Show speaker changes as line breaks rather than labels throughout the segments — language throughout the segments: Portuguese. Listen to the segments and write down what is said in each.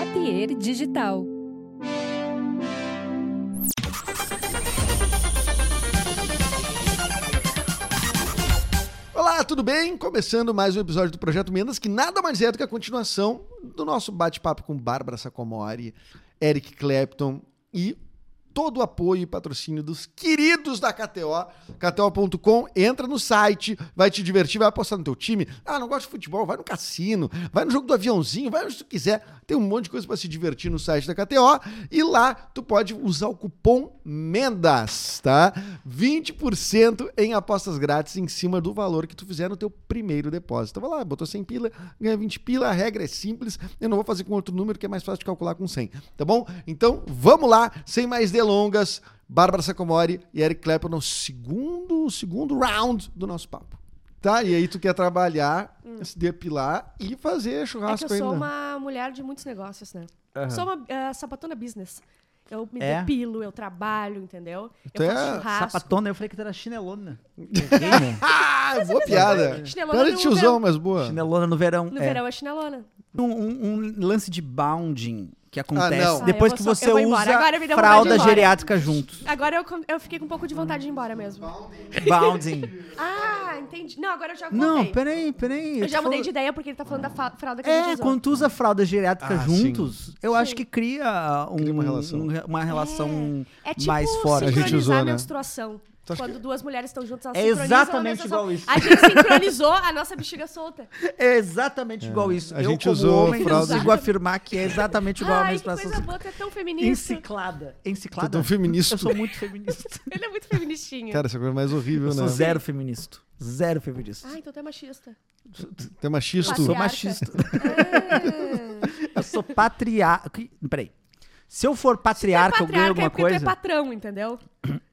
Ateliê Digital.
Olá, tudo bem? Começando mais um episódio do Projeto Mendas, que nada mais é do que a continuação do nosso bate-papo com Bárbara Sacomori, Eric Clapton e todo o apoio e patrocínio dos queridos da KTO, kto.com, entra no site, vai te divertir, vai apostar no teu time. Ah, não gosta de futebol, vai no cassino, vai no jogo do aviãozinho, vai onde tu quiser. Tem um monte de coisa para se divertir no site da KTO e lá tu pode usar o cupom MENDAS, tá? 20% em apostas grátis em cima do valor que tu fizer no teu primeiro depósito. Vai lá, botou 100 pila, ganha 20 pila, a regra é simples. Eu não vou fazer com outro número que é mais fácil de calcular com 100, tá bom? Então, vamos lá, sem mais delongas, Bárbara Sacomori e Eric Clapton no segundo, segundo round do nosso papo. Tá, e aí tu quer trabalhar, se depilar e fazer
Hum. É que
churrasco
eu sou
ainda.
uma mulher de muitos negócios, né? Sou uma eh, sapatona business. Eu me
É? Então
depilo, eu trabalho, entendeu?
Tu
eu
é
faço churrasco.
Sapatona, eu falei que tu era chinelona. Ninguém, né?
Ah,
é
boa piada.
Chinelona
Piada de
no
tiozão,
verão.
mas boa.
Chinelona no verão.
No
é.
verão é chinelona.
Um, um- um lance de bounding que acontece
não.
depois
Ah, eu
que
vou só-
você
eu vou embora.
usa
Agora me deu vontade de ir
fralda
embora.
geriátrica juntos.
Agora eu, com- eu fiquei com um pouco de vontade de ir embora mesmo.
Bounding.
Ah, entendi. Não, agora eu já voltei.
não, peraí, peraí.
Eu já
tô
mudei de
falando-
ideia porque ele tá falando da fa- fralda que a gente
É,
usou.
quando tu usa fralda geriátrica
Ah,
juntos, eu acho que cria, um-
Cria uma relação.
um- uma relação
É tipo
mais forte.
A gente
sincronizar
usou,
a
né?
menstruação.
acha
Quando duas mulheres estão juntas, elas
É
sincronizam
exatamente
a menstruação.
igual isso.
A gente sincronizou a nossa bexiga solta.
É exatamente igual isso.
A
eu,
gente
como
usou
homem,
fralda-
consigo afirmar que é exatamente igual a
Ai, que
menstruação.
coisa boa, tu é tão feminista.
Enciclada.
Tu é
Enciclada?
tão feminista.
Eu sou muito feminista.
Ele é muito feministinho.
Cara, essa coisa é mais horrível,
Eu
né?
sou zero feminista. Zero feminista.
Ah, então tu é machista.
Tem machisto.
eu sou
patriarca.
machista.
Ah.
Eu sou patriarca. Peraí. Se eu for patriarca, eu ganho alguma
é porque
coisa?
tu é patrão, entendeu?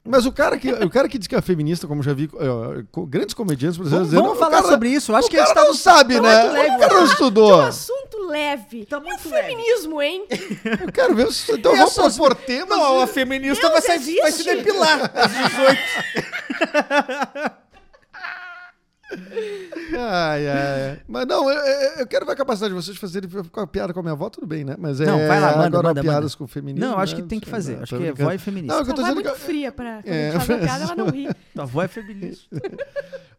Mas o cara, que, o cara que diz que é feminista, como já vi eh, co- grandes comediantes brasileiros dizendo.
Vamos, vamos
o
falar
cara-
sobre isso. Eu acho
o
que a
cara
gente tá
não sabe,
tá
né?
muito leve,
o cara não
né?
estudou.
Um assunto leve.
Tá
E
muito
o
leve.
feminismo, hein?
Eu quero ver se. Então vamos
Essas-
propor temas.
a feminista
Deus vai sair- existe? vai se
depilar às 18.
Ai, ai. Mas não, eu- eu, eu quero ver a capacidade de vocês de fazerem com a piada com a minha avó, tudo bem, né? Mas é.
Não, vai lá, manda,
agora
manda,
piadas
manda.
com o feminismo.
Não, eu acho
né?
que tem que
Sei
fazer.
lá,
Acho
tô
que é
brincando.
vó é feminista.
Não, o que eu tô
Tua avó é
dizendo
muito
que.
fria pra quando
É,
a gente faz uma piada, ela não ri.
Tua avó é feminista.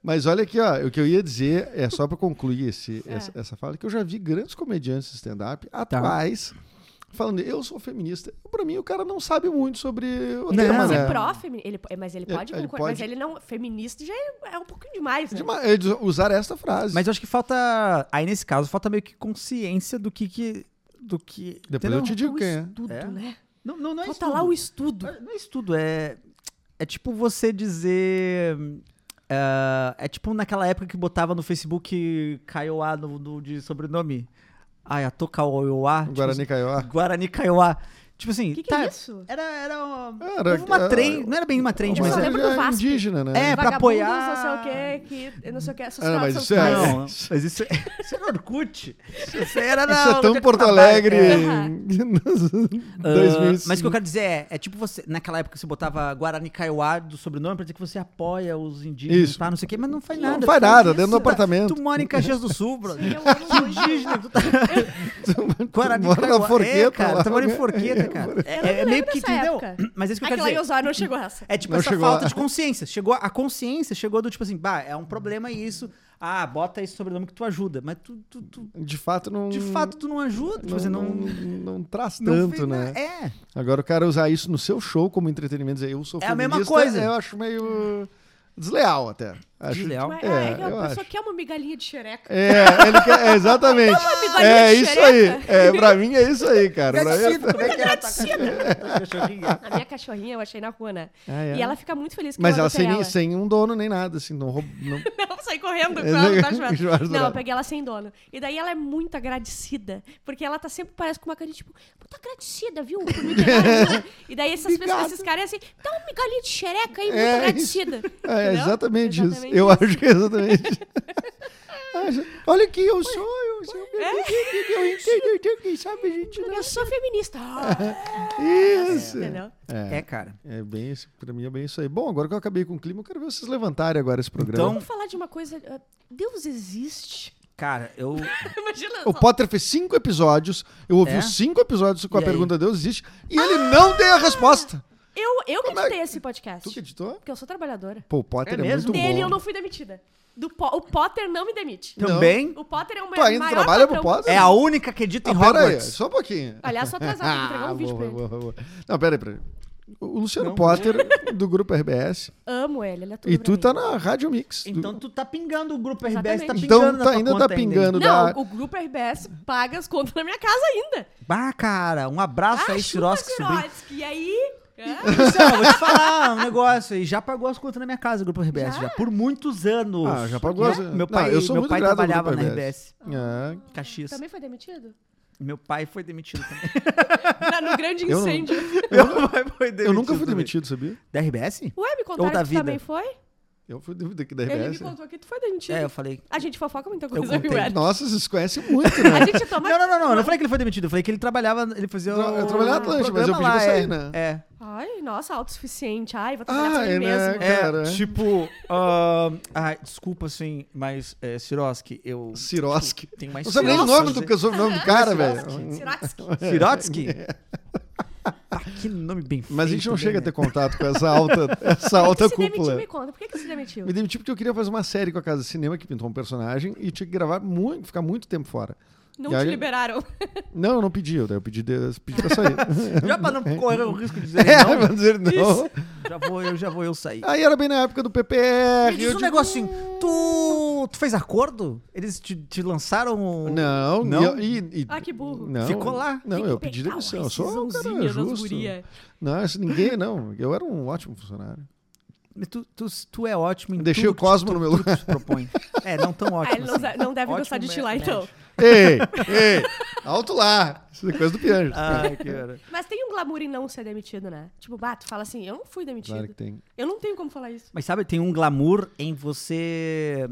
Mas olha aqui, ó, o que eu ia dizer é só para concluir esse,
É.
essa, essa fala que eu já vi grandes comediantes de stand-up
Tá.
atuais falando eu sou feminista. Para mim o cara não sabe muito sobre o
Ele
tema,
pode
né?
ser pró-femi- é ele po- Mas ele
Ele-
pode
ele
concordar. Mas
pode-
ele não. Feminista já é, é um pouquinho demais, né?
De ma- é de usar esta frase.
Mas eu acho que falta. Aí nesse caso, falta meio que consciência do que. que do que
Depois eu te
entendeu?
digo
o
quem é.
estudo,
É?
né?
Não, não, não é
Falta
estudo.
lá o estudo.
Não é estudo, é. É tipo você dizer. ah, é tipo naquela época que botava no Facebook Kaiowá no, no- de sobrenome. Ai, Atô Kaiowá. tipo,
Guarani Kaiowá.
Guarani Kaiowá. Tipo assim.
O que, que
tá,
é isso?
Era, era uma,
Era- ah,
uma
era-
trend. Não era bem uma trend,
Eu
mas
só
Uma
era.
lembro do
coisa é
Vasco.
indígena, né?
É, pra
Vagabundos,
apoiar-
Não sei o que, que. Não sei o que. Essas
Ah, não,
frases
mas
são
isso é-
frais.
Não, mas isso, isso era Orkut. Isso era na-
Isso é
no
tão
dia que
Porto
trabalha.
Alegre.
É. Ah,
2005.
mas o que eu quero dizer é, é tipo você, naquela época você botava Guarani Kaiowá do sobrenome pra dizer que você apoia os indígenas,
Isso.
tá, não sei o quê, mas não faz
Não
nada.
faz
tu
nada,
isso,
dentro do
tá?
apartamento.
Tu mora em Caxias do Sul, brother.
Eu amo muito.
Indígena, tu tá... Guarani
mora na
Kaiowá.
Forqueta
É, cara,
lá,
tu mora em
né?
Forqueta, cara.
Eu não
É, é
lembro
meio que,
dessa
entendeu?
época.
Mas é isso que eu quero
Aquela em
dizer.
Osório não chegou a essa.
É tipo
Não
essa
chegou
falta
lá.
de consciência. Chegou a consciência, chegou do tipo assim, bah, é um problema isso. Ah, bota esse sobrenome que tu ajuda. Mas tu, tu- tu-
De fato não
de fato tu não ajuda. Tipo,
não,
você não,
Hum, não, não traz
não
tanto,
fez
né?
nada. É.
Agora o cara usar isso no seu show como entretenimento, dizer eu sou
É a
feminista,
mesma coisa.
eu acho meio desleal até. Acho-
Desleal?
Mas,
É,
ah, é que a
eu
pessoa
acho.
quer uma migalhinha de xereca.
É, ele quer- é, exatamente.
bigodinha
É
de
isso aí.
xereca.
É, pra mim é isso aí, cara. Pra mim-
Gatinho, como é que era a tua cachorrinha? Tua cachorrinha?
A minha cachorrinha eu achei na rua, né?
Ah, é.
E ela fica muito feliz que
Mas
eu
ela
adotei
sem,
ela.
sem um dono nem nada, assim, não roubou. Não...
Não, saí correndo com
É,
ela
né?
no Baixo Mato.
Juarez
Não, eu
Dourado.
peguei ela sem dono. E daí ela é muito agradecida, porque ela tá sempre, parece com uma cara de tipo, muito agradecida, viu? Por me pegar. e daí essas pessoas,
Obrigado.
esses caras é assim, dá uma migalhinha de xereca aí, muito
É,
agradecida.
É
Entendeu?
exatamente, isso.
Exatamente
Eu acho que é exatamente. isso. Olha aqui, eu sou, eu sou.
É.
Eu entendo, eu entendo, quem sabe a gente não.
Eu sou feminista. Ah,
É Isso.
Entendeu?
É, cara.
É bem isso, pra mim é bem isso aí. Bom, agora que eu acabei com o clima, eu quero ver vocês levantarem agora esse programa.
Então,
Vamos falar de uma coisa. ah, Deus existe.
Cara, eu.
Imagina
O
só.
Potter fez cinco episódios, eu ouvi
É?
os cinco episódios com a
E aí?
pergunta Deus existe, e ele não deu a resposta.
Eu, eu que
Como é
editei
que-
esse podcast.
Tu que editou?
Porque eu sou trabalhadora.
Pô, o Potter é,
É
muito
mesmo?
bom.
Dele eu não fui demitida. Do Po- o Potter não me demite.
Não.
Também
O Potter é o meu
Tu ainda
maior
trabalha pro
patrão.
Potter?
é a única que edita em
Ah, pera aí,
Hogwarts.
só um pouquinho.
Aliás, só atrasado, vou entregar um vídeo pra
Ah, boa,
ele.
boa, boa. Não, pera aí, pera aí. O Luciano Potter, do Grupo RBS,
Amo ele, ele é tudo
e
pra
tu
mim.
tá na Rádio Mix.
Então tu tá pingando o grupo RBS, tá
Exatamente.
pingando
Então
na
tá-
tua
ainda
conta
tá pingando.
Não,
da-
o grupo RBS paga as contas na minha casa ainda.
Bah, cara, um abraço aí,
Ah, chupa,
Siroski, sobrinho.
Sirotsky, E aí... Ah,
Luciano, vou te falar um negócio aí. Já pagou as contas na minha casa, o Grupo RBS, já. Por muitos anos.
Ah, já pagou as-
Meu pai,
Não, eu sou
meu
muito
pai
grato ao
trabalhava
Grupo
na
RBS.
RBS,
É,
Caxias.
também foi demitido?
Meu pai foi demitido também.
Na- no grande
Eu não-
incêndio.
meu pai foi demitido.
eu nunca fui
também.
demitido, sabia?
Da RBS?
Ué, me contaram
Ou da
que tu também
vida.
foi?
Eu fui demitido aqui da
Ele me
RBS.
contou que tu foi demitido.
É, eu falei.
A gente fofoca muita coisa,
contei.
viu, Ed?
Nossa, vocês conhecem muito, né?
A gente toma...
Não, não, não, não. Eu não falei que ele foi demitido. Eu falei que ele trabalhava. Ele fazia.
Não, eu
o-
trabalhei na
o
Atlântida, mas eu
programa
pedi pra
lá,
sair,
é.
né?
É.
Ai, nossa, autossuficiente. Ai, vou trabalhar pra
Ai,
mim
né?
mesmo.
É,
Cara.
tipo, ahn, ah, desculpa, assim, mas, é, Siroski, eu
Siroski.
tenho mais
Não sabe nem o
coisas a
nome do,
dizer.
que- sobrenome do cara, velho.
Sirotsky, Sirotsky.
Sirotsky? Ah, que nome bem
Mas a gente
feito,
não
né,
chega a
velho?
ter contato com essa alta, essa
Por que
alta
que se
é
demitiu? Me
cúpula.
conta, por que, que se demitiu?
Me demiti porque eu queria fazer uma série com a Casa de Cinema que pintou um personagem e tinha que gravar muito, ficar muito tempo fora.
Não
E
te
aí-
liberaram.
Não, eu não pedi, eu eu pedi, de- eu pedi pra sair.
Já pra não correr o risco de dizer
é,
não,
pra dizer não.
já vou eu, já vou eu sair.
Aí era bem na época do PPR.
Me diz
eu
um
digo,
negocinho. Tu, tu fez acordo? Eles te, te lançaram. um-
Não,
Não?
não. E, e-
Ah, que burro.
Não,
Ficou lá.
Não,
Tem Ah,
eu
que
pedi
pegar uma
demissão. Eu sou um cara
rescisãozinha das
justo.
guria.
Não, isso ninguém, não. Eu era um ótimo funcionário.
Tu, tu, tu é ótimo em
Deixei
tudo
o Cosmo
que tu-
no meu
tudo que tu propõe. É, não tão
Ah, ele
ótimo.
não,
assim.
sa- não deve
Ótimo
gostar de ti lá,
médico.
então.
Ei, ei, alto lá. Isso é coisa do Pianjo.
Ai, que era.
Mas tem um glamour em não ser demitido, né? Tipo, bato, fala assim, eu não fui demitido.
Claro que tem.
Eu não tenho como falar isso.
Mas sabe, tem um glamour em você.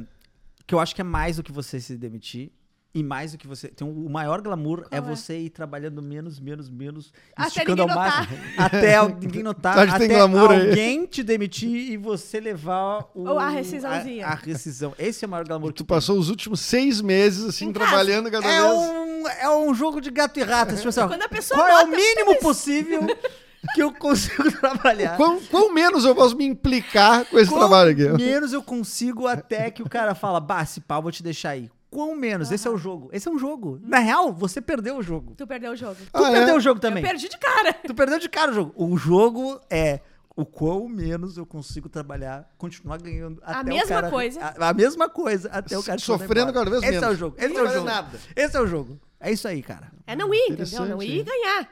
Que eu acho que é mais do que você se demitir. E mais do que você. Tem um- o maior glamour é,
Qual é? Ah,
você ir trabalhando menos, menos, menos.
Até
esticando ao
ninguém notar.
máximo. Até al- ninguém notar.
Tu acha que tem
até
glamour aí?
alguém te demitir e você levar o,
Ou a rescisãozinha.
A, a rescisão. Esse é o maior glamour que
Tu passou os últimos seis meses, assim,
Em casa.
trabalhando cada
É
vez.
um, é um jogo de gato e rata. Tipo assim, ó,
Quando a pessoa
qual é o
nota,
mínimo possível que eu consigo trabalhar?
Quão, quão menos eu posso me implicar com esse
Quão
trabalho aqui?
menos eu consigo até que o cara fala, bah, se pau, vou te deixar aí. Quão menos? Esse é o jogo. Esse é um jogo. Na real, você perdeu o jogo.
Tu perdeu o jogo.
Tu um
Ah,
perdeu
é?
o jogo
Eu
também.
perdi de cara.
Tu perdeu de cara o jogo. O jogo é o quão menos eu consigo trabalhar, continuar ganhando até o
mesma
cara-
coisa.
A, a mesma coisa até o cara te mandar
Sofrendo
embora.
cada vez
Esse
menos.
é o jogo. Esse
Não
é o
fazer
jogo.
nada.
Esse é o jogo. É isso aí, cara.
É não ir, entendeu?
Interessante,
Não ir e
hein?
ganhar.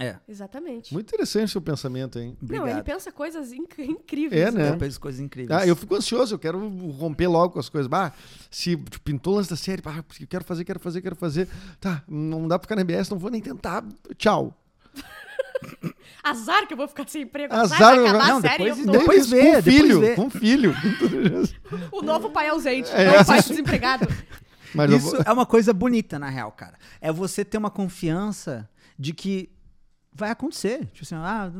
É.
Exatamente.
Muito interessante seu pensamento, hein?
Obrigado.
Não, ele pensa coisas inc- incríveis.
É, né?
Eu penso coisas incríveis.
Ah, eu fico ansioso, eu quero romper logo com as coisas. Bah, se tipo, pintou o lance da série, bah, porque eu quero fazer, quero fazer, quero fazer. Tá, não dá pra ficar na MBS, não vou nem tentar. Tchau.
Azar que eu vou ficar sem emprego.
Azar,
Azar, vai
eu-
acabar
não,
a série. eu
depois-
tô-
depois- vê,
com um
depois
filho,
vê.
com um filho.
O novo pai ausente.
É,
não o pai
essas-
desempregado.
Mas eu
Isso
vou...
é uma coisa bonita, na real, cara. É você ter uma confiança de que vai acontecer. Tipo assim, ah,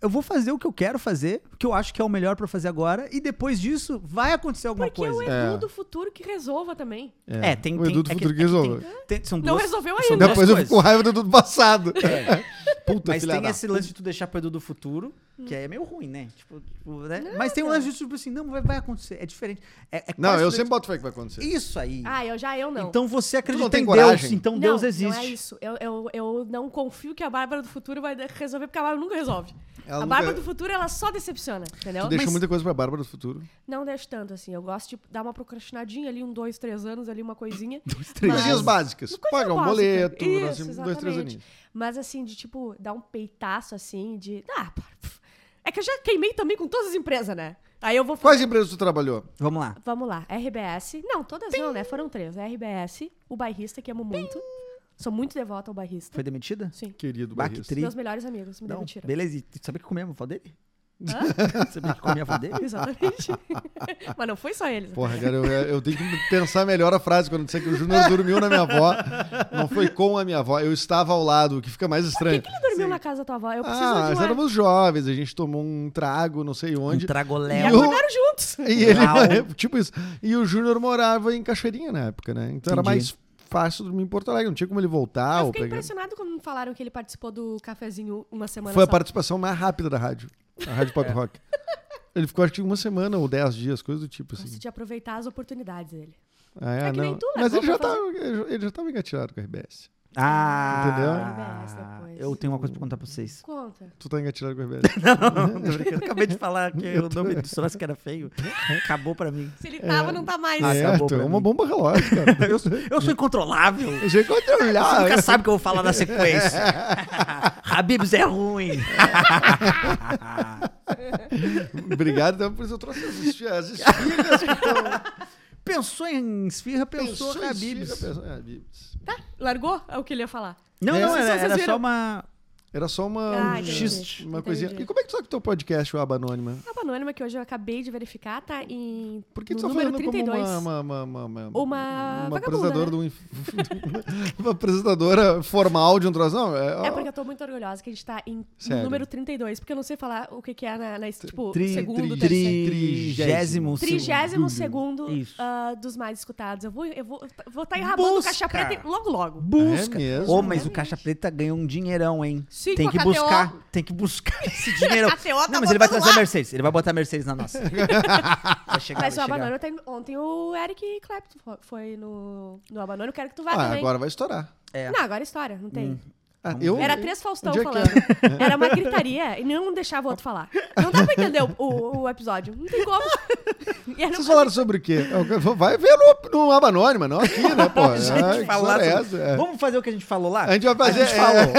eu vou fazer o que eu quero fazer, o que eu acho que é o melhor pra fazer agora, e depois disso vai acontecer alguma
Porque
coisa.
o Edu
É.
do futuro que resolva também.
É, tem,
O Edu do
tem, é que-
futuro que
é que
resolveu.
tem- tem- são
Não
duas-
resolveu
são
ainda.
duas
Depois eu fico com
coisas. É.
raiva do Edu do passado. Puta
Mas
filha
tem
da-
esse lance de tu deixar pro Edu do futuro, que aí é meio ruim, né? Tipo, tipo, né? Mas tem um lance de tipo assim, não, vai, vai acontecer, é diferente. É, é
Não,
quase
eu
tu-
sempre boto fé que vai acontecer.
Isso aí.
Ah, eu já eu não.
Então você acredita
tem
em Deus,
coragem.
então
Não,
Deus
Não é
existe.
isso. Eu, eu, eu não confio que a Bárbara do futuro vai resolver, porque a Bárbara nunca resolve.
Ela
a
nunca-
Bárbara do futuro, ela só decepciona, entendeu?
Tu um- deixou
Mas
muita coisa pra Bárbara do futuro.
não deixo tanto, assim. Eu gosto de dar uma procrastinadinha ali, um, dois, três anos ali, uma coisinha.
três
mas-
Coisinhas básicas.
Coisa
Pagar um
básica.
boleto,
Isso,
nós temos dois, três
exatamente.
aninhos.
Mas assim, de tipo, dar um peitaço assim, de. Ah, pá, pf. é que eu já queimei também com todas as empresas, né? Aí eu vou falar.
Quais empresas tu trabalhou?
Vamos lá.
Vamos lá, RBS. Não, todas não, né? Foram três. RBS, o bairrista, que amo muito. Sou muito devota ao bairrista.
Foi demitida?
Sim.
Querido
Bah, que
Barris.
tri-
Meus melhores amigos me
Não,
demitiram.
beleza. E tu sabe o que comemos? Fala dele?
Hã?
Você bem que comia a avó dele?
Exatamente. Mas não foi só eles.
Porra, cara, eu, eu tenho que pensar melhor a frase quando disser que o Júnior dormiu na minha avó. Não foi com a minha avó, eu estava ao lado, o que fica mais estranho.
Ele dormiu na casa da tua avó. Eu preciso
Ah,
de
nós
um ar.
éramos jovens, a gente tomou um trago, não sei onde.
Um
E
tragoléu.
Eu-
acordaram juntos.
E ele,
Uau.
tipo isso. E o Júnior morava em Cachoeirinha na época, né? Então era
Entendi.
mais fácil dormir em Porto Alegre, não tinha como ele voltar. Ou
eu fiquei
pegar...
impressionado quando me falaram que ele participou do cafezinho uma semana
Foi a
só.
participação mais rápida da rádio, a Rádio Pop Rock. Ele ficou, acho que uma semana ou dez dias, coisa do tipo,
Gosto
assim.
de aproveitar as oportunidades dele.
Ah,
É que nem tu, né?
Mas ele
Vamos
já,
fazer-
tava, ele já- ele já tava engatilhado com a RBS.
Ah,
Entendeu?
eu tenho uma coisa pra contar pra vocês.
Conta.
Tu tá engatilhado com a RBS.
Não, tô brincando. acabei de falar que o nome do troço que era feio. Acabou pra mim.
Se ele tava, não tá mais.
Ah,
é,
acabou
tu é
pra
uma
mim.
bomba relógio, cara. Ah,
Eu, sou- eu sou incontrolável.
Eu já encontrei
Você
lá.
nunca sabe o que eu vou falar na sequência. Habibs é ruim.
Obrigado, então, por isso eu trouxe as esfi- as esfirras que estão...
Pensou em esfirra, pensou,
Pensou
em
em
Habibs.
esfirra, pensou- é, Habib's.
Tá, largou? É o que ele ia falar.
Não,
É.
não,
Vocês
era, era
viram?
só uma...
Era só uma,
Ah,
um
entendi.
gist, uma
Entendi.
coisinha. E como é que tu sabe que teu podcast é o Aba Anônima?
A Banônima, Tá que hoje eu acabei de verificar, tá em
Por que tu tá
no número
falando
32.
como uma... Uma, uma, uma,
Uma vagabunda,
apresentadora
né?
de um inf- uma apresentadora formal de um troço. Não, é,
É porque eu tô muito orgulhosa que a gente tá em
Sério.
número 32, porque eu não sei falar o que que é na, na tipo,
Tri-
segundo,
tri-
terceiro.
Trigésimo.
Trigésimo.
Trigésimo segundo
Isso.
ah, dos mais escutados. Eu vou eu vou, vou tá enrabando
Busca.
o caixa preta em- logo, logo.
Busca.
É mesmo?
Ô, mas o Caixa Preta ganhou um dinheirão, hein?
Sim,
tem
com
que
a KTO.
buscar. Tem que buscar esse dinheirão.
A KTO tá
não, mas ele vai
botando
trazer a
lá.
Mercedes. Ele vai botar a Mercedes na nossa. Vai
Ah,
chegar,
Mas o
vai chegar.
Abanano tem. Ontem o Eric Clapton fo- foi no, no Abanano. Eu quero que tu vá
Ah,
também.
agora vai estourar.
É.
Não, agora é história, não tem.
Ah, eu,
Era três Faustão
Onde é que
falando. Era uma gritaria e nenhum deixava o outro falar. Não dá pra entender o, o- o episódio. Não tem como. E era um
Vocês
uma-
falaram sobre o quê? Vai ver no, no Aba Anônima, não aqui, né, pô?
A
Ah,
gente
que
falar
história é
sobre-
essa? É.
Vamos fazer o que a gente falou lá?
A gente vai fazer- é,
A gente falou.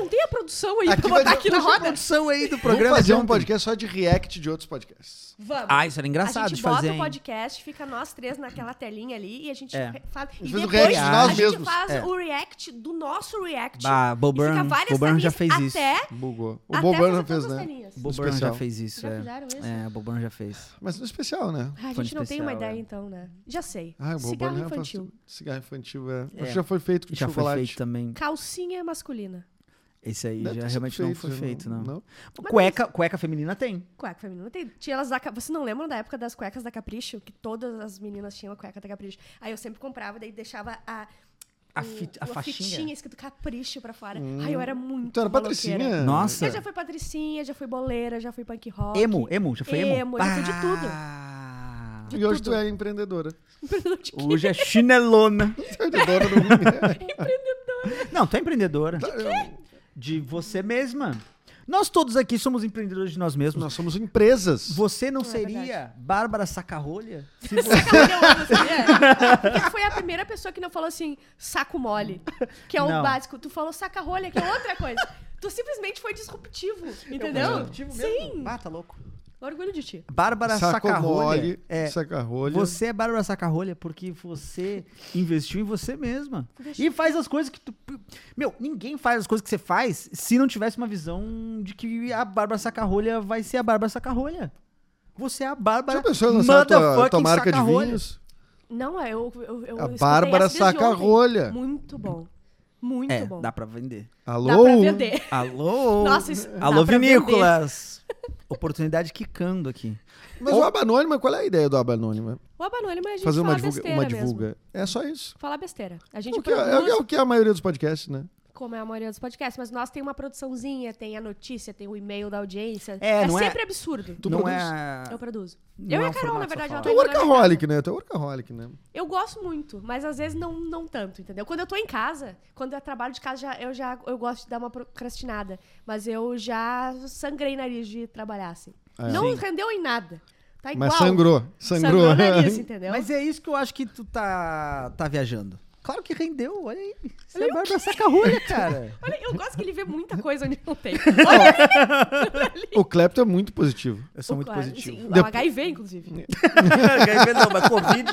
Não tem a produção aí
Aqui
pra
vai
botar
ter-
aqui na
Hoje a
roda.
produção aí do
Vamos
programa.
fazer
de
um
ontem.
podcast só de react de outros podcasts.
Vamos.
Ah, isso era engraçado
a gente
de
bota
fazer,
o
hein?
podcast, fica nós três naquela telinha ali e a gente
É.
re- faz. E
gente faz o
depois
react
de
a
nós
gente
mesmos.
faz
É.
o react do nosso react.
Bah,
e fica
Boburn,
várias
Boburn já fez
telinhas
isso.
até,
Bugou. O
até tá
Boban
fazer
não fez,
todas as
né?
telinhas.
O Boburn
Especial.
já fez isso.
Já
é.
fizeram isso?
É, o Boburn já fez.
Mas no especial, né?
Ah, a gente
Foi
não tem uma
especial,
ideia
é.
então, né? Já sei.
Ah, o Boban
Cigarro
já faz-
infantil.
Cigarro infantil, é. Acho
É.
que já foi feito com
Já
chocolate.
foi feito também.
Calcinha masculina.
Esse aí
Deve ter
já
sido
realmente não foi
já
feito, não.
não?
é
Cueca, cueca feminina tem.
Cueca feminina. Tem, tinha elas da, Ca- vocês não lembram da época das cuecas da Capricho? Que todas as meninas tinham a cueca da Capricho. Aí eu sempre comprava, daí deixava a,
A,
o-
fit- a
uma
faixinha.
fitinha escrito Capricho pra fora. Ai, eu era muito
Então era
maloqueira.
patricinha.
Nossa.
Eu já fui patricinha, já fui boleira, já fui punk rock.
Emo, emo, já foi emo?
Emo, já foi de tudo.
Ah,
E hoje tu é empreendedora.
Empreendedora de quê?
Hoje é chinelona.
Tu é dona do...
Não, tu é empreendedora. De você mesma. Nós todos aqui somos empreendedores de nós mesmos.
Nós somos empresas.
Você não
Não, é
seria Bárbara Sacarrolha? Se
Essa cara eu amo, sabia? assim, é. Porque foi a primeira pessoa que não falou assim, saco mole, que é o
Não.
básico. Tu falou saca rolha, que é outra coisa. Tu simplesmente foi disruptivo, entendeu? Sim.
Ah, tá louco.
Orgulho de ti.
Bárbara Sacarrolha.
Sacomole,
É,
sacarrolha.
você é Bárbara Sacarrolha porque você investiu em você mesma. E faz as coisas que tu. Meu, ninguém faz as coisas que você faz se não tivesse uma visão de que a Bárbara Sacarrolha vai ser a Bárbara Sacarrolha. Você é a Bárbara
Já pensou em lançar a tua, tua
motherfucking
marca de
Sacarrolha.
vinhos?
Não, é, eu, eu, eu
A
escutei
Bárbara
essa desde
saca
ontem.
rolha.
Muito bom. Muito
É,
bom.
dá pra vender.
Alô?
Dá pra vender.
Alô?
Nossa, isso dá
Alô,
pra
vinícolas! Oportunidade quicando aqui.
Mas o Aba Anônima, qual é a ideia do Aba Anônima?
O Abanônimo é a gente
Fazer uma
falar
divulga.
besteira
Uma
mesmo.
divulga. É só isso.
Falar besteira. A gente
O que é,
produz,
é- é o que é a maioria dos podcasts, né?
como é a maioria dos podcasts, mas nós tem uma produçãozinha, tem a notícia, tem o e-mail da audiência.
É, não é-
sempre absurdo.
Tu
não
produz?
é.
Eu produzo.
Não
eu
é
e
um
a Carol, na
formato
verdade,
só
ela
Tu
tá
é
indo na minha
workaholic, né? Tu é workaholic, né?
casa. Eu gosto muito, mas às vezes não, não tanto, entendeu? Quando eu tô em casa, quando eu trabalho de casa, já, eu já eu gosto de dar uma procrastinada. Mas eu já sangrei nariz de trabalhar, assim.
É.
Não
Sim.
rendeu em nada. Tá igual.
Mas sangrou. Sangrou.
Sangrou nariz, entendeu?
Mas é isso que eu acho que tu tá, tá viajando. Claro que rendeu, olha aí. Você é Bárbara Sacarrolha, cara.
Olha, eu gosto que ele vê muita coisa onde não tem. Olha,
o Clepto é muito positivo.
Eu sou muito
claro,
positivo.
Sim, o HIV, inclusive.
Não, mas Covid.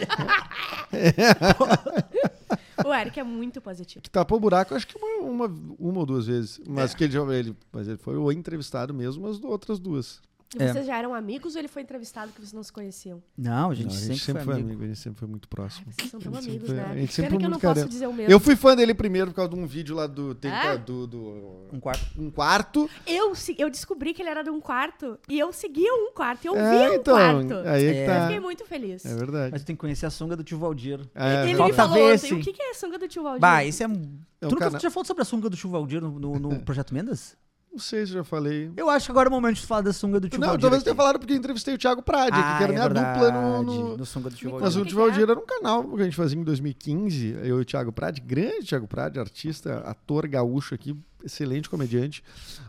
O Eric é muito positivo.
Que tapou o buraco, acho que uma, uma, uma ou duas vezes.
É.
Mas, que ele, já- ele, mas ele foi o entrevistado mesmo, as outras duas.
E
É.
Vocês já eram amigos ou ele foi entrevistado que vocês não se conheciam?
Não, a gente,
Não,
sempre, foi amigo.
a gente sempre foi muito próximo.
Vocês são tão
Ele sempre
amigos,
foi-
né?
ele sempre foi
Pena que eu não
muito
posso
careta.
dizer o mesmo.
Eu fui fã dele primeiro por causa de um vídeo lá do. Tem, tá,
É?
do, do-
Um quarto.
um quarto.
Eu, se- eu descobri que ele era de um quarto e eu seguia um quarto, eu
É,
via um
então.
quarto.
Aí
É.
que
Eu
tá.
fiquei muito feliz.
É verdade.
Mas tu tem que conhecer a sunga do tio Valdir.
É,
ele me
verdade.
Falta
falou
ver,
ontem,
sim.
o que que é sunga do tio Valdir?
Bah, isso é. um.
É um
tu nunca
cana-
tu já falou sobre a sunga do tio Valdir no, no- no Projeto Mendas?
Não sei se eu já falei.
Eu acho que agora é o momento de falar da sunga do tio
Não,
Valdir.
talvez eu
aqui.
tenha falado porque eu entrevistei o Thiago Prade,
Ah,
que era
é
minha dupla no-
verdade,
no,
no sunga do tio
Me
Mas
Valdir.
o
Como que
Último
é?
Valdir era um canal que a gente fazia em 2015, eu e o Thiago Prade, grande Thiago Prade, artista, ator gaúcho aqui, excelente comediante.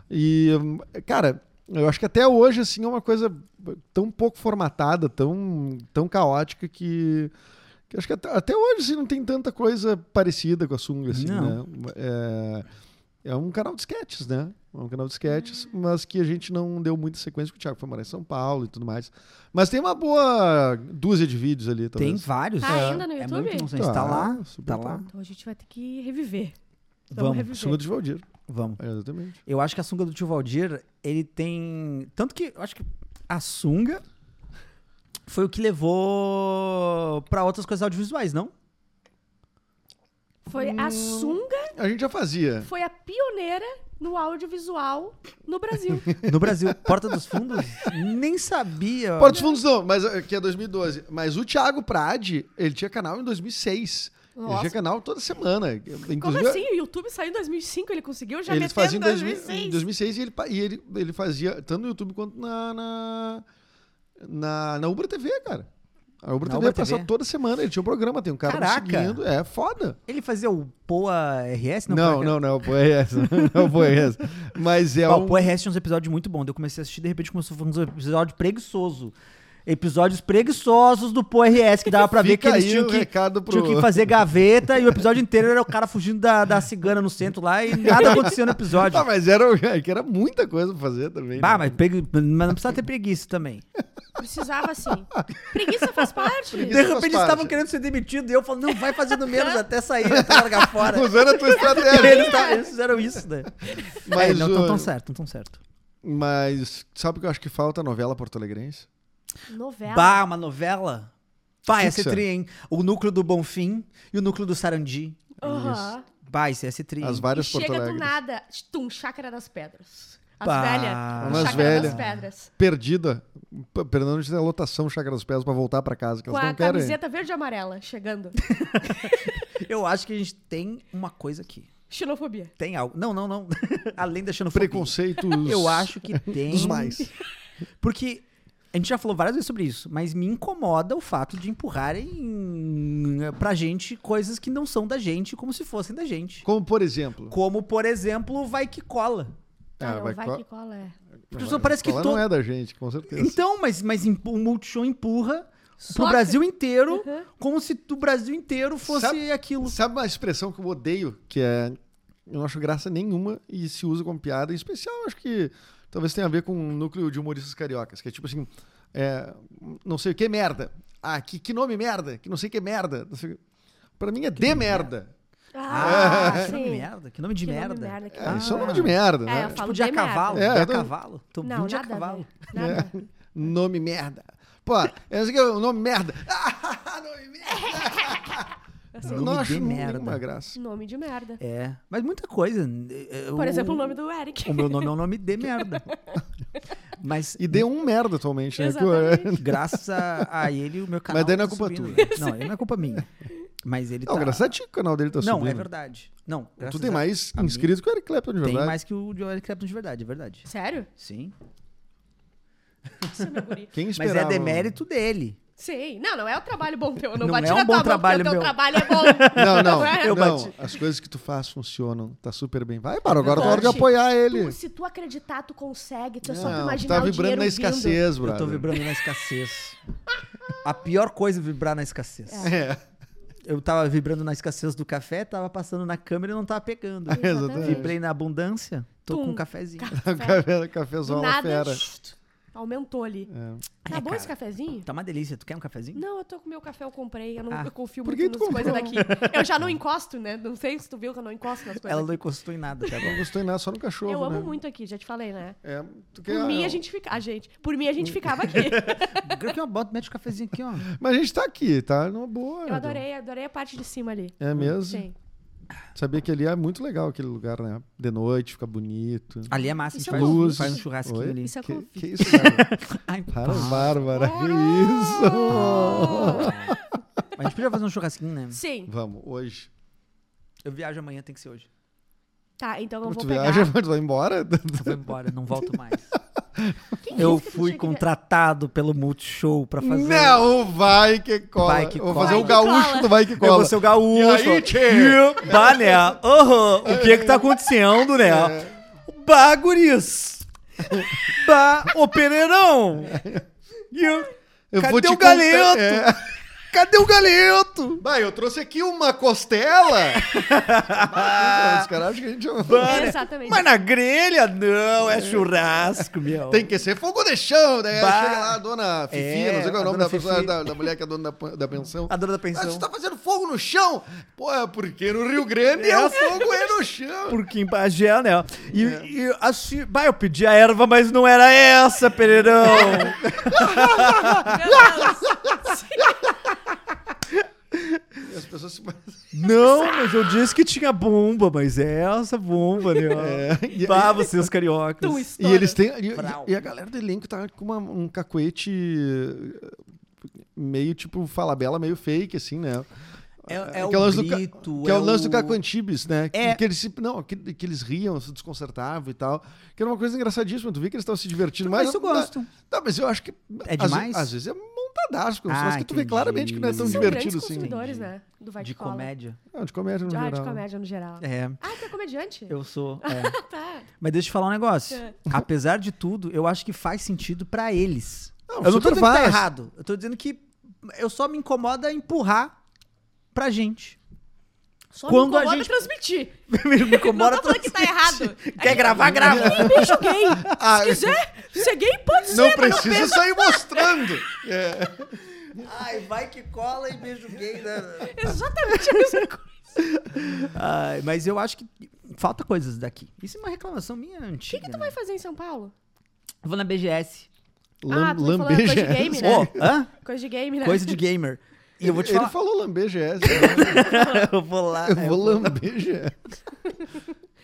E, hum, cara, eu acho que até hoje, assim, é uma coisa tão pouco formatada, tão, tão caótica que. que acho que até, até hoje, assim, não tem tanta coisa parecida com a Sunga, assim, né?
Não.
É, é um canal de sketches, né? É um canal de sketches, mas que a gente não deu muita sequência, porque o Thiago foi morar em São Paulo e tudo mais. Mas tem uma boa dúzia de vídeos ali,
Tem
talvez.
vários.
Tá ainda no
É
YouTube?
muito nonsense. Tá,
Tá,
lá.
super
Tá lá.
tá.
Então a gente vai ter que reviver. Vamos,
Vamos.
reviver.
Sunga de Valdir.
Vamos.
É, Exatamente.
Eu acho que a sunga do tio Valdir, ele tem. Tanto que. Eu acho que a sunga foi o que levou pra outras coisas audiovisuais, não?
Foi a sunga,
A gente já fazia.
foi a pioneira no audiovisual no Brasil.
No Brasil. Porta dos Fundos? Nem sabia.
Porta dos Fundos não, mas é, que é 2012. Mas o Thiago Prade, ele tinha canal em 2006. Ele
Nossa.
tinha canal toda semana. Inclusive,
Como assim? O YouTube saiu em 2005, ele conseguiu já
eles
meter em
faziam em
2006.
2000 em 2006 e, ele, pa- e ele, ele fazia tanto no YouTube quanto na, na, na, na Ubra TV, cara. A Ubra
Na
TV
Ubra
passava
TV?
toda semana, ele tinha um programa, tem um cara me
Caraca.
seguindo. É foda.
Ele fazia o Poa RS?
Não,
Não, como é que
não, não, pô, é essa. Não, pô, é essa. Mas é
era? Pá,
um-
O Poa RS tinha uns episódios muito bons. daí Eu comecei a assistir, de repente começou a fazer um episódio preguiçoso. Episódios preguiçosos do Poa RS, que dava pra ver que
Fica
eles
aí
tinham
o
que,
recado pro-
tinham que fazer gaveta e o episódio inteiro era o cara fugindo da, da cigana no centro lá e nada acontecia no episódio.
Ah, mas era, é que era muita coisa pra fazer também.
Bah,
né?
mas, pregui- mas não precisava ter preguiça também.
Precisava, assim. Preguiça faz parte.
Preguiça.
De
Isso faz
repente eles
parte.
estavam querendo ser demitidos e eu falando, não, vai fazendo menos até sair, até largar fora.
Usando a tua estratégia.
eles, ta- eles fizeram isso, né?
É, né? Mas,
é, não tão,
o-
tão certo, não tão certo.
mas sabe o que eu acho que falta? Novela porto-alegrense.
Novela.
Bah, uma novela. Bah, ia ser
Fixa.
tri, hein? O núcleo do Bonfim e o núcleo do Sarandi.
Aham.
Bah, isso ia ser tri. hein?
As
E
várias Porto
chega do
Alegres.
nada, tum, chácara das pedras. As
Pá.
velhas.
Umas
chácara
velha.
das pedras.
Perdida. P- Perdão de ter a lotação Chácara dos Pés pra voltar pra casa, que
Com
elas
a
não querem.
camiseta verde e amarela chegando.
Eu acho que a gente tem uma coisa aqui.
Xenofobia.
Tem algo. Não, não, não. Além da xenofobia.
Preconceitos.
Eu acho que tem.
Dos mais.
Porque a gente já falou várias vezes sobre isso, mas me incomoda o fato de empurrarem eh, pra gente coisas que não são da gente, como se fossem da gente.
Como, por exemplo.
Como, por exemplo, vai que cola.
Ah,
Ah, não,
vai
vai,
co-
que cola é.
Porque só parece que
Ela
todo.
não é da gente, com certeza.
Então, mas, mas em- o Multishow empurra
Só
pro
que-
Brasil inteiro,
Uhum.
como se o Brasil inteiro fosse
Sabe-
aquilo.
Sabe uma expressão que eu odeio, que é. Eu não acho graça nenhuma e se usa como piada. Em especial, acho que talvez tenha a ver com o núcleo de humoristas cariocas, que é tipo assim. é, não sei o que merda. Ah, que, que nome merda, que não sei o que é merda. Não sei o que. Pra mim é de merda.
Ah,
que nome de
sim.
merda, que nome de
Que nome
merda.
merda, que
É,
nome
isso é um
Ah.
nome de merda,
É,
né?
eu falo
Tipo, de a
de merda.
cavalo,
É,
de a
eu tô-
cavalo. Tô
Não,
vindo de a
nada,
cavalo.
velho. Nada.
Nome merda. Pô, eu sei que é o nome merda. Ah, nome merda. Eu
Nome
não
de
acho
merda.
nenhuma graça.
Assim, Nome de merda.
É, mas muita coisa. eh,
Por exemplo, o nome do Eric.
O meu nome é um nome de merda. Mas
E deu um merda atualmente, né? Que eu-
Exatamente.
graças a ele, o meu canal.
Mas daí não é
tá
culpa
subindo,
tua.
né? Não, ele não é culpa minha. Mas ele
é. Não,
tá.
graças a ti que o canal dele tá
não,
subindo.
é verdade. Não,
Tu
graças
tem
a-
mais
a mim,
inscritos que o Eric Clapton, de
Tem
verdade.
mais que o Joel Clapton de verdade, é verdade.
Sério?
Sim.
Isso é meu guri.
Quem
Mas
esperava?
é demérito dele.
Sim. Não, não é o trabalho bom teu. Eu não,
Não
bati
é um
na
bom
tua mão,
trabalho
porque o teu
meu.
trabalho é bom. é?
Não, não,
Eu
não.
bati.
As coisas que tu faz funcionam. Tá super bem. Vai, Baro, agora é
Verdade.
hora de apoiar ele.
Tu- se tu acreditar, tu consegue. Tu é só tu
Não, tu
imaginar
tá
o dinheiro
vibrando na
vindo.
escassez,
Eu tô
brother.
vibrando na escassez. A pior coisa é vibrar na escassez.
É,
Eu tava vibrando na escassez do café, tava passando na câmera e não tava pegando.
exatamente.
Vibrei na abundância, tô
Tum.
com um cafezinho.
Café, cafezola
Nada.
fera.
shh, Aumentou ali. Acabou
É,
esse
cara.
cafezinho?
Tá uma delícia. Tu quer um cafezinho?
Não, eu tô com o meu café, eu comprei. Eu não
Ah.
eu confio
Por que
muito nas
tu
coisas daqui.
comprou?
Eu já não encosto, né? Não sei se tu viu que eu não encosto nas coisas.
Ela não encostou em nada até
Não
agora.
gostei nada, só no cachorro.
eu amo
né?
muito aqui, já te falei, né?
É, tu
Por
quer-
mim a gente ficava. A gente. Por mim a gente ficava aqui.
Agora aqui, ó, bota, mete o cafezinho aqui, ó.
Mas a gente tá aqui, tá? Numa boa.
Eu
né?
adorei, adorei a parte de cima ali.
É mesmo?
Sim.
Sabia que ali é muito legal aquele lugar, né? De noite, fica bonito.
Ali é é- massa, a gente
Isso é
faz,
um
um-
luzes.
faz um churrasquinho
Oi?
ali.
Isso é
que,
convite.
que isso, cara?
Ai,
Para,
pá.
Bárbara, que isso?
A gente podia fazer um churrasquinho, né?
Sim.
Vamos, hoje.
Eu viajo amanhã, tem que ser hoje.
Tá, então eu
tu
vou pegar.
viaja, mas vai embora?
Eu vou embora, não volto mais.
Quem
Eu
disse que tu
fui
tinha que-
contratado pelo Multishow pra fazer.
Não, vai que cola.
Vai que
Eu Vou
cola.
fazer o
Vai que
gaúcho
cola.
do vai que
Eu vou
cola.
ser é o gaúcho.
E aí, tchê?
Ih, Bah, né? Aham. O que que tá acontecendo, né?
É.
Bah, guris. Bah, ô Pereirão. Ih,
Eu
Cadê
vou te
o
contar-
galeto?
É.
Cadê o galeto?
Bah, eu trouxe aqui uma costela. Os caras acham que a gente... é
Bah, né?
Exatamente.
Mas na grelha, não. É churrasco, meu.
Tem que ser fogo de chão, né?
Bah.
Chega lá a dona Fifi,
É,
não sei qual é
a
o nome
dona
da, pessoa,
Fifi.
da, da mulher que é dona da, pan- da pensão.
A dona da
Ah,
pensão.
você tá fazendo fogo no chão? Pô, é porque no Rio Grande é o fogo é no chão.
Porque em Bagé, né? E,
É.
e assim, bah, eu pedi a erva, mas não era essa, Pereirão.
Meu Deus.
As pessoas se...
Não, mas eu disse que tinha bomba, mas é essa bomba, né?
e-
Bah, vocês cariocas.
Tu
E
estoura.
eles têm. E, e-
Frau.
e a galera do elenco tá com uma- um cacuete eh, meio tipo Falabella, meio fake, assim, né?
É, é
que é o lance do ca-
grito,
que é o lance
o-
do Caco Antibes, né? Que-
É.
Que, eles se- não, que, que eles riam, se desconcertavam e tal. Que era uma coisa engraçadíssima. Tu vê que eles estavam se divertindo.
Mas
Mas,
eu gosto.
Tá, mas eu acho que.
É
às-
demais?
Às, vezes é montadaço. Ah,
Ah,
mas que tu vê
entendi.
claramente que não é tão
São
divertido
grandes
assim.
consumidores,
Entendi.
né? Do Vai
de
que Cola.
comédia.
Não, de comédia no
Ah, de
geral.
comédia no geral.
É,
Ah, tu é comediante?
eu sou. é.
Tá.
Mas deixa eu te falar um negócio.
É.
Apesar de tudo, eu acho que faz sentido pra eles.
Não,
eu não tô
super
dizendo que tá
faz.
errado. Eu tô dizendo que eu só me incomoda empurrar pra gente.
Só
Quando
me
a
incomoda
gente-
transmitir.
me incomoda
não tô falando que tá errado.
Quer gravar, grava.
Ih, bicho gay.
Ah,
Se quiser, se é gay, pode ser.
Não
tá
mas
precisa sair mostrando.
Ah,
É.
Ai, vai que cola e beijo gay, né?
é Exatamente a mesma coisa.
Ai, mas eu acho que falta coisas daqui. Isso é uma reclamação minha
O que,
antiga.
que tu
né?
vai fazer em São Paulo?
Vou na BGS.
Ah, tu tá falando
Lambeja
coisa de
essa.
game, né?
Ô, hã?
Coisa de game, né?
Coisa de gamer. E eu vou te
Ele
falar.
falou lambeja.
né? Ah, eu vou lá.
Eu vou lambeja.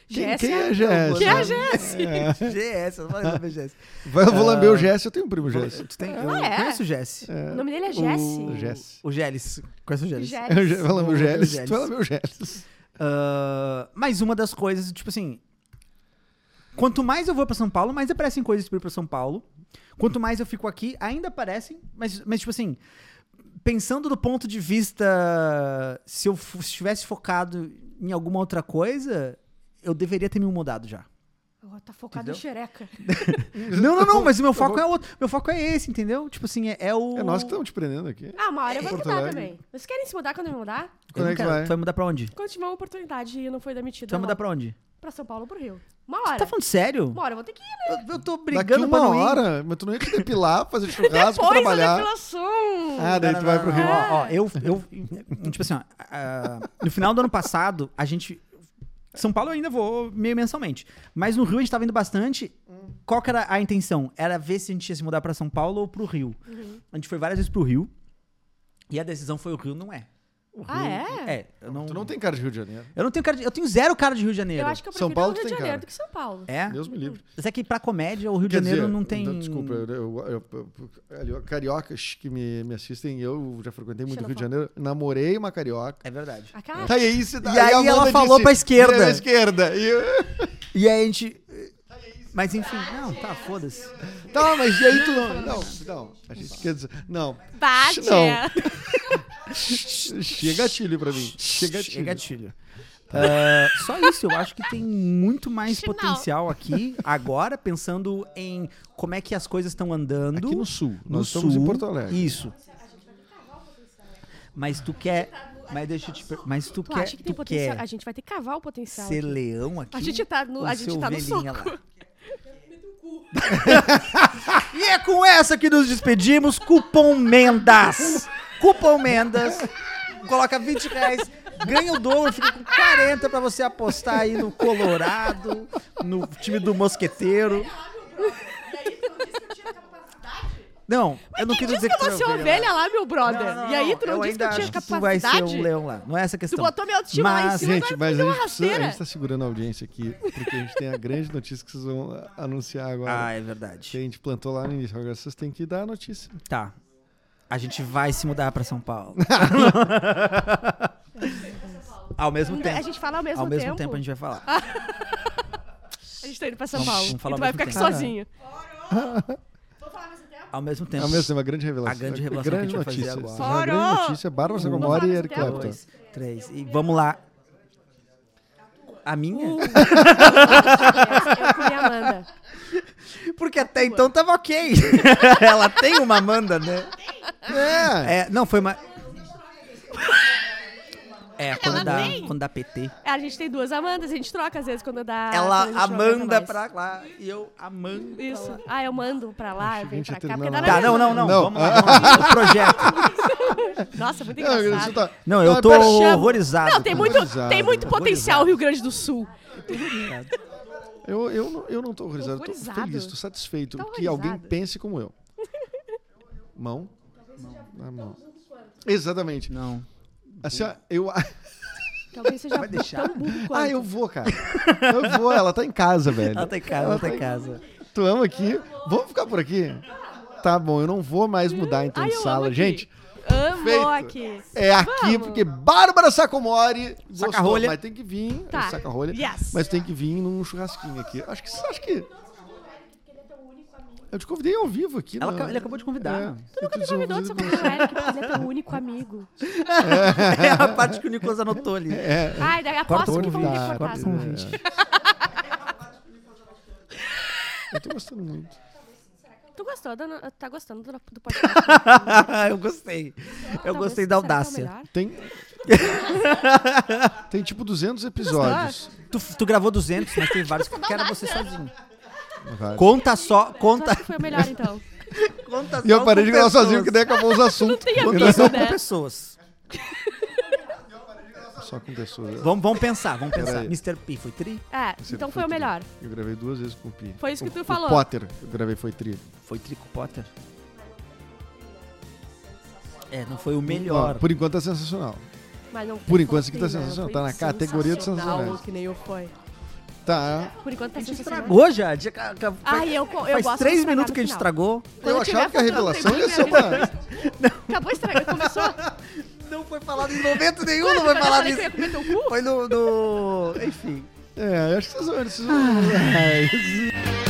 Quem,
Jéssica?
quem é
Eu
Jess?
vou
Que é a
lá.
Jess?
GS, eu vou lá na BGS.
Vai, eu vou lamber o Jess, eu tenho um primo Jess.
Tu tem, eu
Ah, é?
conheço o Jess.
O nome dele é Jesse.
O-
Jess.
O Geles. Conheço o Geles.
Jess.
Eu já- Vai lamber o
Eu vou lamber o
Jess,
Jess.
tu vai lamber o Jess.
Ah, mas uma das coisas, tipo assim. Quanto mais eu vou pra São Paulo, mais aparecem coisas pra ir pra São Paulo. Quanto mais eu fico aqui, ainda aparecem. Mas, mas tipo assim, pensando do ponto de vista. Se eu fu- estivesse focado em alguma outra coisa, eu deveria ter me mudado já.
Ó, tá focado em
Entendeu?
xereca.
Não, não, não, mas o meu foco é outro. Meu foco é esse, entendeu? Tipo assim, é, é o.
É nós que estamos te prendendo aqui.
Ah, uma hora eu vou
Porto
mudar
Alegre.
também. Vocês querem se mudar quando eu me mudar?
Eu
Quando
não
é que
quero-
vai?
Tu vai mudar pra onde? Tu
Quando tiver uma oportunidade e não foi demitido,
vai
eu
mudar
volto
pra onde?
pra São Paulo ou pro Rio. Uma hora.
Tá falando sério?
Uma hora eu vou ter que ir, né?
Eu, eu tô
Daqui
brigando pra
uma
não ir.
hora, mas tu não ia te depilar, fazer churrasco,
Pois, a
trabalhar.
depilação.
Ah, daí
Não,
tu
não,
vai
não,
pro
não,
Rio.
Ó, ó, eu, eu. Tipo assim, ó, ah, no final do ano passado, a gente. São Paulo eu ainda vou meio mensalmente. Mas no Rio a gente tava indo bastante. Qual que era a intenção? Era ver se a gente ia se mudar pra São Paulo ou pro Rio.
Uhum.
A gente foi várias vezes pro Rio. E a decisão foi o Rio não é. O
Ah,
Rio-
é?
É, eu não.
Tu não tem cara de Rio de Janeiro.
Eu não tenho cara de- Eu tenho zero cara de Rio de Janeiro.
Eu acho que eu
São
prefiro
Paulo
o Rio de
tem,
Janeiro
cara.
do que São Paulo.
É?
Deus me livre.
Mas é que pra comédia, o Rio de
Quer
Janeiro
dizer,
não tem.
Desculpa, eu, eu- eu- eu- cariocas que me, me assistem, eu já frequentei muito o Rio de
Xenofóbico.
Janeiro. Namorei uma carioca.
É verdade.
Ah, cara,
Tá, e aí, você-
E aí
a Amanda
ela falou pra esquerda.
"Vira à esquerda. E eu-
E aí a gente. eh, Mas enfim, não, tá, foda-se.
Tá, mas e aí tu não. Não, não. A gente quer dizer. Não.
bate.
Não.
é.
Chega gatilho pra mim. Chega gatilho.
Chega gatilho. Ah, só isso, eu acho que tem muito mais
Sinal.
potencial aqui agora, pensando em como é que as coisas estão andando.
Aqui no sul.
no
Nós estamos
sul.
em Porto Alegre.
Isso. Mas tu quer. Mas deixa eu te per- Mas tu
Tu
quer,
acha que tem
tu
potencial? A
quer
gente vai ter que cavar o potencial.
ser
aqui.
leão aqui?
A gente tá no,
Ou
a
ser
gente tá no
ovelhinha
soco.
lá? E é com essa que nos despedimos. Cupom Mendas. Cupom Mendas. Coloca 20 reais. Ganha o dobro, fica com 40 pra você apostar aí no Colorado, no time do Mosqueteiro. Não, eu não
Diz
queria dizer
que eu
tu
vou
era
ser
ovelha.
ovelha lá, meu brother.
Não, não,
e aí, tu
eu
não disse que eu
ainda
tinha
acho tu vai ser o
capacidade?
leão lá. Não é essa a
Tu
questão.
botou minha autoestima lá em
Mas,
cima,
Gente,
agora
mas
tu
a
deu uma
gente, precisa- a
rasteira.
gente tá segurando a audiência aqui, porque a gente tem a grande notícia que vocês vão ah, anunciar agora.
Ah, é
Que
verdade.
a gente plantou lá no início. Agora vocês têm que dar a notícia.
Tá. A gente vai se mudar pra São Paulo. Ao mesmo tempo.
A gente fala ao mesmo,
Ao mesmo tempo a gente vai falar.
A gente tá indo pra São
Vamos-
Paulo.
vamos falar
e tu vai
ao
ficar
mesmo
aqui sozinho.
tempo. Ao mesmo tempo.
É o mesmo, é uma grande revelação.
A grande revelação
grande
que a gente vai fazer
notícia.
agora.
Uma grande
Fora!
notícia. Bárbara
Vamos
Sacomori
falar
e
ao
Eric
mesmo tempo?
Clapton.
Dois, três. E vamos lá. A minha?
Eu comi a Amanda.
Porque até então tava ok. Ela tem uma Amanda, né?
Ah,
É.
É, não, foi uma. É, quando dá, quando dá PT.
É, A gente tem duas Amandas, a gente troca às vezes quando dá. quando Ah,
Ela
então a gente não aguenta
Amanda
mais.
pra lá e eu Amanda.
Isso. Ah, eu mando pra
Acho
lá, eu
que a
venho
gente
pra
ia
cá. Porque
terminar
dá na
Tá,
mesma.
não, não, não.
Não.
Vamos lá, vamos lá. Outro projeto.
Nossa, muito
Não, isso
engraçado.
tá-
Não, é eu
tá
tô
até-
horrorizado.
Não, tem muito,
Horrorizado,
tem muito
né?
potencial
Horrorizado.
o Rio Grande do Sul.
Eu, eu, não, eu não tô horrorizado, eu tô
Horrorizado.
feliz, tô satisfeito
Tá
que alguém
horrorizado.
pense como eu. Mão? Na mão. Exatamente.
Não.
Assim, ó, eu...
Talvez seja
deixar?
tão burro quanto.
Ah, eu vou, cara. Eu vou, ela tá em casa, velho.
Ela tá em casa, ela tá em casa.
Tu ama aqui? Vamos ficar por aqui? Tá bom, eu não vou mais mudar então
Ai,
de
eu
sala.
amo aqui.
Gente,
Amo
feito.
aqui.
é aqui
Vamos.
porque Bárbara Sacomori gostou,
Saca-rolha.
mas tem que vir,
Tá.
saca-rolha,
Yes.
mas tem que vir num churrasquinho aqui. Acho que acho que Eu te convidei ao vivo aqui,
Ela
não.
ca- ele acabou de convidar.
É.
Tu nunca
Eu
me
te
convidou de ser
convidei-
convidar o Eric, porque ele é teu único amigo.
É a parte que o Nicolas anotou ali.
Ai, daí
Corta
aposto
o
que vão
convite,
ter
corta
cortado.
o convite.
É. Eu tô gostando muito.
Tu gostou? da no- Tá gostando do do podcast? né?
eu gostei. Eu
Talvez-
gostei da
será que é o
audácia.
melhor?
Tem Tem tipo 200 episódios.
Tu, tu gravou 200, mas tem vários que era você sozinho.
Vai.
Conta só,
Tu
conta,
acha que foi o melhor, então?
conta só.
E eu parei de
com
gravar
pessoas.
sozinho, que daí acabou os assuntos.
tem
Conta
Conta
amigo.
só
Isso,
com
né?
pessoas.
Só com pessoas.
Vamos, vamos pensar, vamos pensar.
Peraí.
Mr. P foi tri?
É, então foi o melhor.
Eu gravei duas vezes com o Pi.
Foi isso que
Com-
tu
com
falou.
O Potter, eu gravei foi tri.
Foi tri com o Potter? É, não foi o melhor.
Ó, por enquanto é sensacional.
Mas não
Por enquanto, isso aqui tá
Foi
sensacional, tá na categoria de
sensacional,
sensacionais.
que nem eu foi.
Tá.
Por enquanto tá sensacional.
Estragou já? já ca- ca-
Ai, eu, co- eu
faz
gosto de
três
estragar
minutos
no
que a gente
final.
estragou.
Quando
eu achava
tiver
que a
voltando,
revelação
tem
ia ser
primeira
uma.
Acabou estragando, começou.
Não foi falado em momento nenhum, não
Quando
foi
eu
falado
falei
isso.
que eu ia comer teu cu?
Foi no. no... Enfim.
Ah.
É, eu acho que vocês vão. Vocês vão...